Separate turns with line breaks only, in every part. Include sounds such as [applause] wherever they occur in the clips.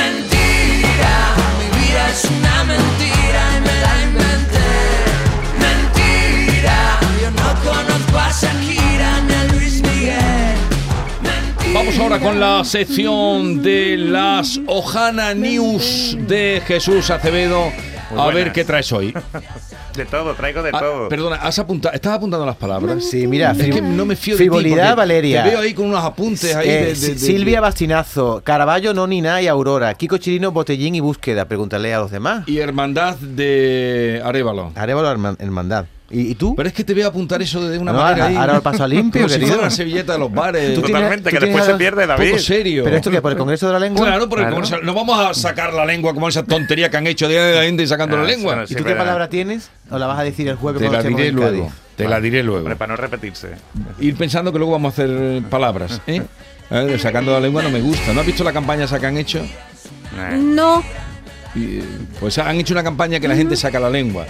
Mentira, mi vida es una mentira y me la inventé. Mentira, yo no conozco a Shakira ni a Luis Miguel.
Vamos ahora con la sección de las Ojana News de Jesús Acevedo.
Muy
A
buenas.
ver qué traes
[laughs]
hoy.
De todo, traigo de
Ah,
todo.
perdona, has apuntado, estás apuntando las palabras.
Sí, mira,
Es que
fri-
no me fío de ti
frivolidad,
porque
Valeria.
Te veo ahí con unos apuntes ahí
Eh,
de, de-
Si-
de-
Silvia Bastinazo, Caraballo, no Nina y Aurora, Kiko Chirino, Botellín y Búsqueda. Pregúntale a los demás.
y hermandad de Arevalo.
Arevalo Herman- Hermandad. ¿Y, y tú?
Pero es que te veo apuntar eso de una
No,
manera
ahora-
ahí.
ahora
[laughs]
lo paso a limpio,
Como si
querido.
fuera una servilleta de los bares.
Tú tienes-
Totalmente,
tú
que después
tienes-
se pierde, David.
Poco serio.
¿Pero esto qué? ¿Por el Congreso de la Lengua?
Claro, por el comercial. No vamos a sacar la lengua como esa tontería que han hecho de la gente sacando
Ah,
la
sí,
lengua.
no
¿Y
sé.
tú qué
verdad.
palabra tienes? ¿O la vas a decir el jueves
Te
cuando
la
estemos
diré
en
luego.
Cádiz?
Te la diré luego.
Hombre, para no repetirse.
Ir pensando que luego vamos a hacer eh, palabras. ¿eh? A ver, sacando la lengua no me gusta. ¿No has visto la campaña esa que han hecho? Mm.
Eh,
No,
Y, eh, Pues han hecho una campaña que la gente saca la lengua.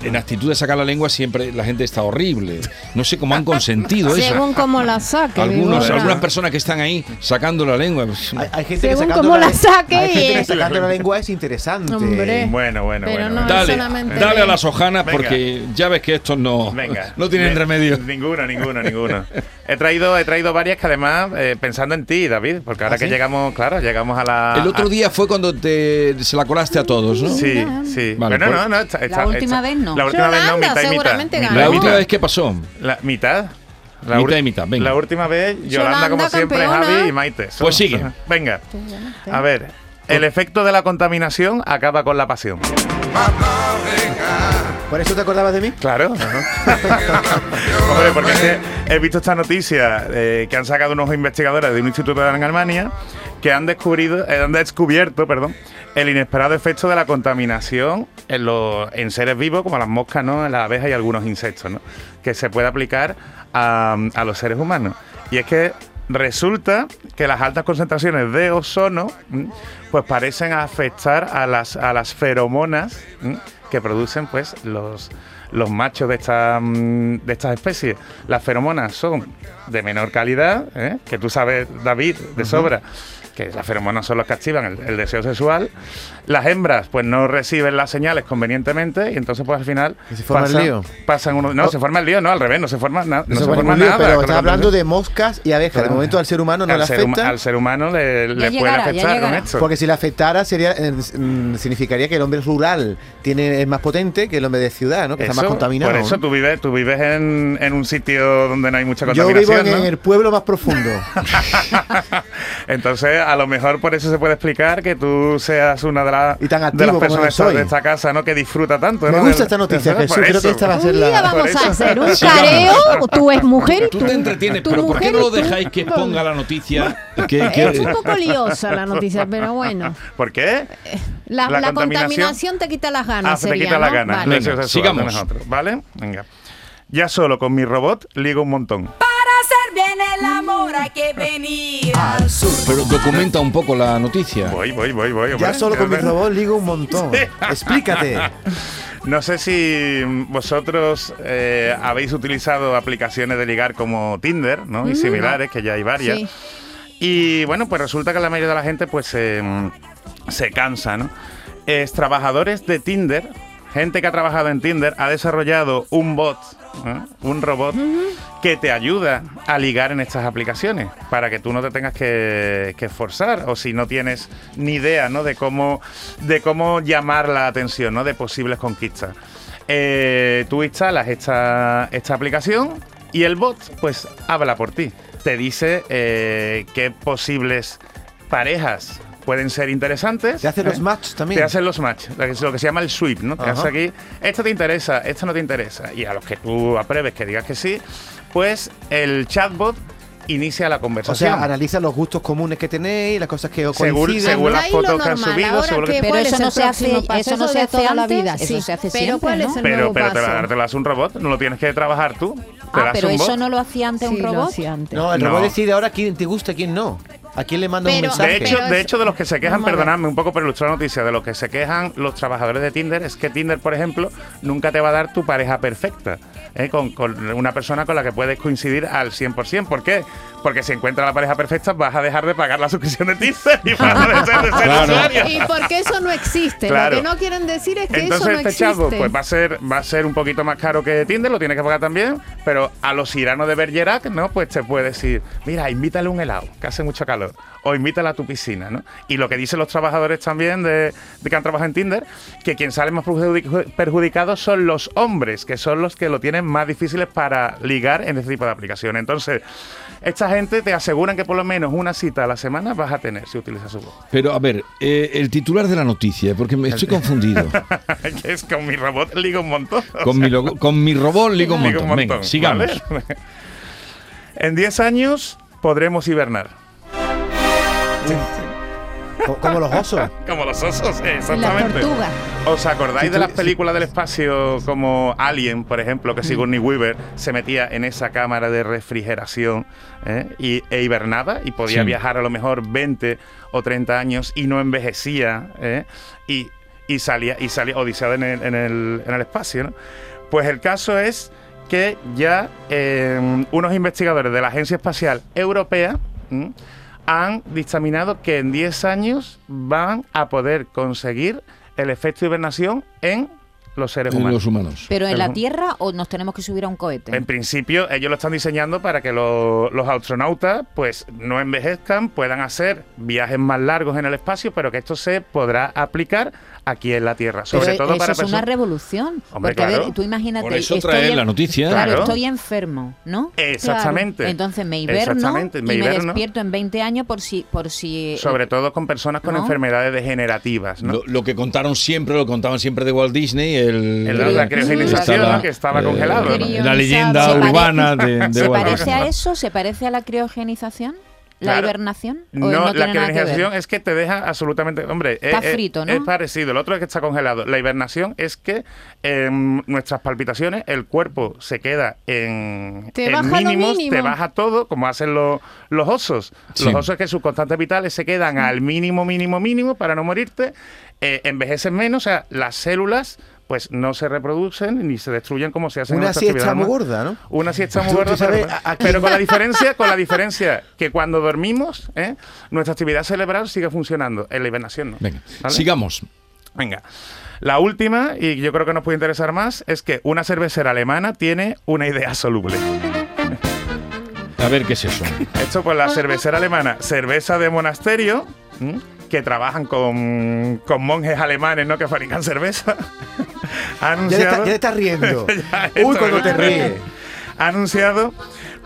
En actitud de sacar la lengua siempre la gente está horrible. No sé cómo han
[laughs]
consentido eso.
según cómo la saque.
Algunos,
Vigorra.
algunas personas que están ahí sacando la lengua. Pues,
Hay, hay gente
Según
que sacando
cómo la
le-
saque,
Hay gente que
eh.
sacando la lengua es interesante.
Hombre.
Bueno, bueno,
Pero
bueno.
no
bueno.
Dale,
solamente
dale
de-
a las hojanas
Venga.
porque ya ves que estos no,
Venga.
no tienen
Ni-
remedio.
Ninguno, ninguno, ninguno. He traído, he traído varias que además, eh, pensando en ti, David, porque ahora
¿Ah,
que
sí?
llegamos, claro, llegamos a la.
El otro día fue cuando te, se la colaste a todos, ¿no?
a- Ah, Sí, sí.
Vale,
Bueno,
pues-
no, no, está- está-
última
está-
vez no.
La última vez no,
Yolanda,
mitad y mitad. Mitad
seguramente
y
ganó.
La
Claro.
última vez que pasó.
La mitad.
Mitad
ur-
y mitad, venga.
La última vez, Yolanda,
Yolanda,
como siempre,
campeona.
Javi y Maite. Son-
Pues sigue. Pues-
son- Venga. A ver, el efecto de la contaminación acaba con la pasión.
¿Por eso te acordabas de mí?
Claro. Hombre, porque es que he visto esta noticia eh, que han sacado unos investigadores de un instituto de Alemania que han descubrido, eh, han descubierto, perdón, el inesperado efecto de la contaminación en los en seres vivos como las moscas, ¿no? En las abejas y algunos insectos, ¿no? Que se puede aplicar a, a los seres humanos. Y es que resulta que las altas concentraciones de ozono ¿m? pues parecen afectar a las, a las feromonas ¿m? que producen pues los los machos de, esta, mm, de estas especies. Las feromonas son de menor calidad, ¿eh? que tú sabes, David, de sobra, que las feromonas son las que activan el, el deseo sexual. Las hembras, pues no reciben las señales convenientemente y entonces, pues al final.
¿Y se forma el
pasan-
lío? Oh.
pasan unos- no, se forma el lío, no, al revés, no se forma, na- no se
Eso
forma
fue un lío,
nada.
Pero
con
estás
la
hablando
contaminación.
de moscas y abejas. De momento al ser humano no
al
le
ser huma-
afecta.
al ser humano le, le puede
llegará, ya
afectar con
llegará.
esto.
Porque si le afectara sería eh, mm, significaría que el hombre rural tiene es más potente que el hombre de ciudad, ¿no? Que está más
Eso,
contaminado.
Por eso
¿no?
tú vives, tú vives en, en un sitio donde no hay mucha
Yo vivo
contaminación.
en,
¿no?
en el pueblo
[laughs]
más profundo.
Entonces, a lo mejor por eso se puede explicar que tú seas una de, las-
Y tan
de
activo
las
como
personas de esta-
soy.
de esta casa, ¿no? Que disfruta tanto.
Me
¿no?
gusta
Del-
esta noticia,
del-
Jesús.
por
Creo que
eso.
esta va a
Un
ser
día
la.
por
vamos
eso.
a hacer un
Sigamos.
careo. Tú es mujer y
Tú
tú.
te entretienes,
tú
pero ¿por qué
mujer
no
y
lo
tú.
dejáis que ponga la noticia? Que, que-
Es un poco liosa la [laughs] noticia, pero bueno.
[laughs] ¿Por qué?
La,
La
la
contaminación-
contaminación te quita las ganas.
Ah, se te
sería,
quita la
¿no?
gana.
Vale.
Venga,
Eso es
sigamos.
eso, nosotros, ¿Vale? Venga. Ya solo con mi robot ligo un montón.
hacer bien el amor hay que venir
Ah,
al sur.
eh, pero documenta un poco la noticia.
Voy, voy, voy, voy.
Ya
hombre.
solo con mi robot ligo un montón. Explícate.
No sé si vosotros eh, habéis utilizado aplicaciones de ligar como Tinder, ¿no? Y similares, que ya hay varias.
Sí.
Y bueno, pues resulta que la mayoría de la gente pues se, se cansa, ¿no? Es, trabajadores de Tinder, gente que ha trabajado en Tinder, ha desarrollado un bot, ¿eh? un robot que te ayuda a ligar en estas aplicaciones para que tú no te tengas que, que esforzar o si no tienes ni idea, ¿no? De cómo, de cómo llamar la atención, ¿no? De posibles conquistas. Eh, tú instalas esta, esta aplicación y el bot pues habla por ti. Te dice eh, qué posibles parejas pueden ser interesantes.
Te hacen
¿eh?
los match también.
Te hacen los match, lo que, es lo que se llama el sweep, ¿no? Te
Ajá.
hace aquí, esto te interesa, esto no te interesa. Y a los que tú apruebes que digas que sí, pues el chatbot inicia la
O
conversación.
sea, analiza los gustos comunes que tenéis, las cosas que os
Según-
coinciden.
según la- las
Ahí lo
fotos que han
normal,
subido,
ahora
seguro que-
que
Pero
¿cuál
eso
es el
no se hace-
próximo paso?
eso no se
de
hace
toda
antes,
la vida.
eso
sí.
se hace
pero
siempre,
¿cuál
¿no?
es el
pero
nuevo
pero te, la,
paso?
te la hace un robot, no lo tienes que trabajar tú. Te la
Ah,
hace
pero
un
eso
bot.
no lo hacía antes
Sí,
un
lo
robot.
hacía antes.
No, el
No.
robot decide ahora quién te gusta y quién no. ¿A quién le mando un
Pero-
mensaje?
De hecho,
Pero
de
es-
hecho, de los que se quejan,
Vamos a ver.
perdonadme un poco por ilustrar la noticia, de los que se quejan los trabajadores de Tinder es que Tinder, por ejemplo, nunca te va a dar tu pareja perfecta, ¿eh? con, con una persona con la que puedes coincidir al 100%. ¿Por qué? Porque si encuentras la pareja perfecta vas a dejar de pagar la suscripción de Tinder y vas a dejar de ser
Claro.
usuario.
¿Y porque eso no existe?
Claro.
Lo que no quieren decir es que
Entonces
eso no
este
existe.
chavo pues va a ser va a ser un poquito más caro que Tinder, lo tienes que pagar también, pero a los iranos de Bergerac, ¿no? Pues te puede decir, mira, invítale un helado, que hace mucho calor, o invítala a tu piscina, ¿no? Y lo que dicen los trabajadores también de, de que han trabajado en Tinder, que quien sale más perjudic- perjudicado son los hombres, que son los que lo tienen más difíciles para ligar en este tipo de aplicación. Entonces, esta gente te aseguran que por lo menos una cita a la semana vas a tener si utilizas su voz. [laughs]
Pero a ver, eh, el titular de la noticia, porque me estoy [laughs] confundido.
que es con mi robot ligo un montón. o
Con mi, logo- con mi robot ligo un
Digo
montón. Venga, sigamos.
¿vale? En 10 años podremos hibernar.
Co- Como los
[laughs]
osos.
Como los osos, eh,
La
exactamente.
tortuga.
¿Os acordáis
Si
de
tú- Mm.
las películas del espacio como Alien, por ejemplo, que Sigourney Weaver se metía en esa cámara de refrigeración eh, y, e hibernaba y podía
Sí.
viajar a lo mejor 20 o 30 años y no envejecía eh, y, y salía, y salía odiseada en el, en el- en el espacio? ¿no? Pues el caso es que ya eh, unos investigadores de la Agencia Espacial Europea ¿m? han dictaminado que en 10 años van a poder conseguir el efecto hibernación en los seres
En
humanos.
los humanos.
¿Pero en la
Ujú.
Tierra o nos tenemos que subir a un cohete?
En principio, ellos lo están diseñando para que lo- los astronautas pues no envejezcan, puedan hacer viajes más largos en el espacio, pero que esto se podrá aplicar aquí en la Tierra.
Pero
Sobre todo
eso
para
es una
personas.
revolución.
Hombre,
porque, a
claro.
ver, tú imagínate.
Por eso
estoy
trae
en-
la noticia.
Claro,
Claro.
estoy enfermo, ¿no?
Exactamente.
Entonces me hiberno
Exactamente,
y me
hiberno.
despierto en 20 años por si... Por si
Sobre todo con personas con
¿No?
enfermedades degenerativas, ¿no?
Lo, lo que contaron siempre, lo contaban siempre de Walt Disney, el, eh,
El de la
criogenización,
¿no? que estaba congelado,
¿no?
La leyenda
Criogenizado.
urbana de, de
[laughs] ¿Se
Walt
parece
Disney.
a eso? ¿Se parece a la criogenización? ¿La
Claro.
hibernación? ¿O
No, la
tiene nada que ver?
criogenización es que te deja absolutamente. Hombre, es-
Está
es,
frito, ¿no?
es parecido. El otro es que está congelado. La hibernación es que em, nuestras palpitaciones, el cuerpo se queda en,
Te
en
baja lo
mínimos,
mínimo.
te baja todo, como hacen lo- los osos.
Sí.
Los osos que sus constantes vitales se quedan
Mm.
al mínimo, mínimo, mínimo para no morirte. eh, envejecen menos, o sea, las células pues no se reproducen ni se destruyen como se hacen en
Una
nuestra
siesta
actividad
muy
humana.
gorda, ¿no?
Una siesta muy
Tú- tú
gorda,
sabes,
pero,
a- aquí-
pero
[laughs]
con la diferencia, con la diferencia que cuando dormimos, ¿eh? nuestra actividad cerebral sigue funcionando, en la hibernación no.
Venga,
¿Vale?
sigamos.
Venga. La última, y yo creo que nos puede interesar más, es que una cervecera alemana tiene una idea soluble.
A ver qué es [laughs] eso.
Esto pues la cervecera alemana, cerveza de monasterio, ¿m? que trabajan con, con monjes alemanes, ¿no? Que fabrican cerveza. [laughs] ha
Ya le, está-
anunciado-
ya le estás riendo.
[laughs] Ya, esto
Uy,
me
cuando
gusta.
te ríes.
ha anunciado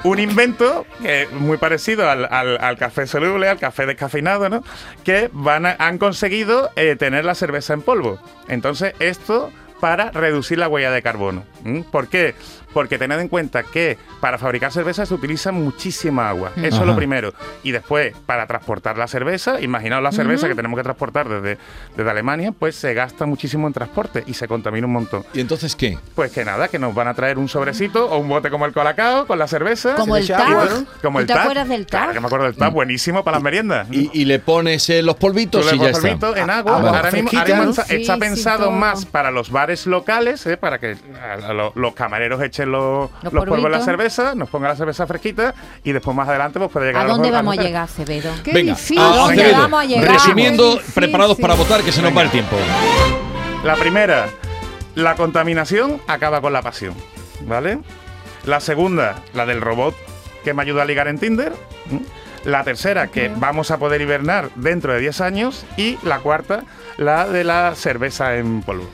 un invento que es muy parecido al, al- al café soluble, al café descafeinado, ¿no? Que van a- han conseguido eh, tener la cerveza en polvo. Entonces, esto para reducir la huella de carbono. ¿Mm? ¿Por qué? Porque tened en cuenta que para fabricar cerveza se utiliza muchísima agua. Eso es
Ajá.
lo primero. Y después, para transportar la cerveza, imaginaos la cerveza que tenemos que transportar desde, desde Alemania, pues se gasta muchísimo en transporte y se contamina un montón.
¿Y entonces qué?
Pues que nada, que nos van a traer un sobrecito o un bote como el colacao con la cerveza.
Como el
Y bueno,
tag.
Como
¿Tú
el
te
tag.
acuerdas del tag?
Claro que me acuerdo del tag, buenísimo para las meriendas.
Y, y le pones eh, los
Tú
polvitos
le
y ya
pones
está.
polvito en agua.
vale.
ahora mismo, ahora
Fresquita,
mismo
¿no?
está,
Sí,
está
sí,
pensado
todo.
más para los bares locales, ¿eh? para que a- a lo- los camareros echen los,
Los
los polvos en la
polvitos.
cerveza, nos pongan la cerveza fresquita y después más adelante pues puede llegar
¿A
los
dónde
hor-
vamos a
los-
llegar, Acevedo?
Qué
Venga,
difícil.
a-
¿A dónde
Acevedo,
vamos a llegar?
Resumiendo,
Qué difícil.
preparados para votar, que se nos va el tiempo.
La primera, la contaminación acaba con la pasión, ¿vale? La segunda, la del robot que me ayuda a ligar en Tinder. ¿Mm? La tercera, que vamos a poder hibernar dentro de 10 años. Y la cuarta, la de la cerveza en polvo.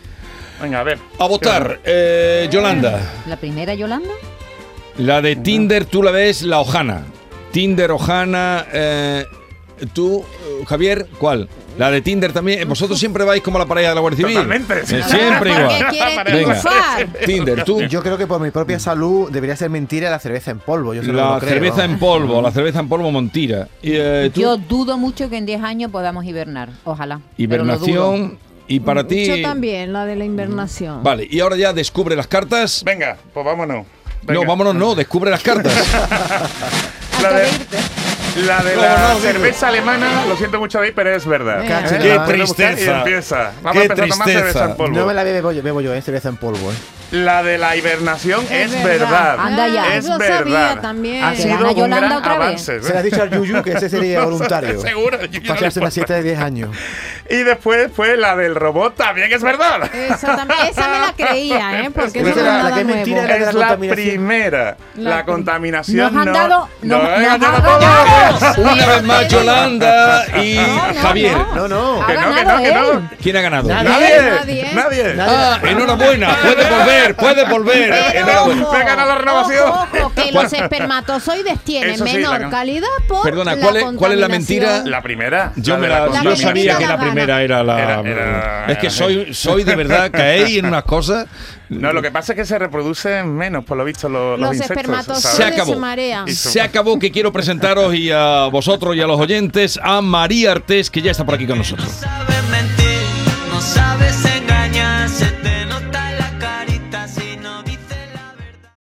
Venga, a ver.
A votar, eh, Yolanda.
¿La primera,
[laughs]
Yolanda?
La de Tinder, tú la ves, la Ojana. Tinder, Ojana. eh, tú, eh, Javier, ¿cuál? La de Tinder también. Eh, Vosotros siempre vais como la pareja de la Guardia Civil.
Totalmente.
Eh,
[laughs]
Siempre
Porque
igual.
quieren
Venga.
triunfar.
Tinder, tú.
Yo creo que por mi propia salud debería ser mentira la cerveza en polvo. Yo se lo
La
creo,
cerveza
¿no?
en polvo, la cerveza en polvo Montira. Y, eh, tú,
Yo dudo mucho que en 10 años podamos hibernar. Ojalá. pero lo dudo.
hibernación. Y para ti.
Yo también, la de la invernación.
Vale, y ahora ya descubre las cartas.
Venga, pues
No,
vámonos. Venga. [laughs]
vámonos, no, descubre las cartas.
La de, La de
No,
la
no, digo.
cerveza alemana, lo siento mucho ahí, pero es verdad.
Mira.
¿Eh?
Qué
La pueden buscar
tristeza.
Y empieza. Vamos
Qué
a empezar a tomar
tristeza.
cerveza en polvo.
No me la bebo yo, bebo yo, eh, cerveza en polvo. eh.
La de la hibernación es,
Es
verdad.
verdad.
Anda ya.
Es
Yo
verdad.
sabía también.
Ha
Que
sido
gana
un
Yolanda
gran
otra vez.
avance.
Se la ha dicho al Yuyu que
[laughs]
ese sería voluntario.
Seguro. yo no
Para echarse
le
una siesta de 10 años.
puedo. Y después fue la del robot, también es verdad.
Esa, también- esa me la creía, ¿eh? Porque eso
Esa
no es
era la
nada
que
nuevo.
mentira era-
Es
la
la
contaminación.
primera. La,
La-
contaminación.
Nos han
no-
dado-
No,
nos-
no,
nos
no,
han
no,
ganado.
[laughs] no, no.
Una vez más, Yolanda y Javier.
No, no.
Ha
Que no, que
ganado
no, que
él. ¿eh?
no.
¿Quién ha ganado?
Nadie.
Nadie. Nadie.
Nadie.
Ah, enhorabuena, puede volver, puede volver.
Pero
Enhorabuena.
ojo,
Me ha ganado la renovación.
ojo, ojo, que
¿Cuál?
los espermatozoides tienen
Eso sí,
menor
la-
calidad por
Perdona,
la
¿cuál es- cuál es la mentira?
contaminación.
La primera.
Yo,
de
me la- yo
contaminación.
sabía que
La
la
gana.
primera era la. mm,
Era- era-
es que soy, soy de [laughs] verdad, caéis en unas cosas.
No, lo que pasa es que se reproducen menos, por lo visto, lo- los,
Los
insectos.
espermatozoides.
Se
¿sabes?
acabó.
Se marea.
Se acabó que quiero presentaros y a vosotros y a los oyentes a María Artés, que ya está por aquí con nosotros.
No sabes mentir, no sabes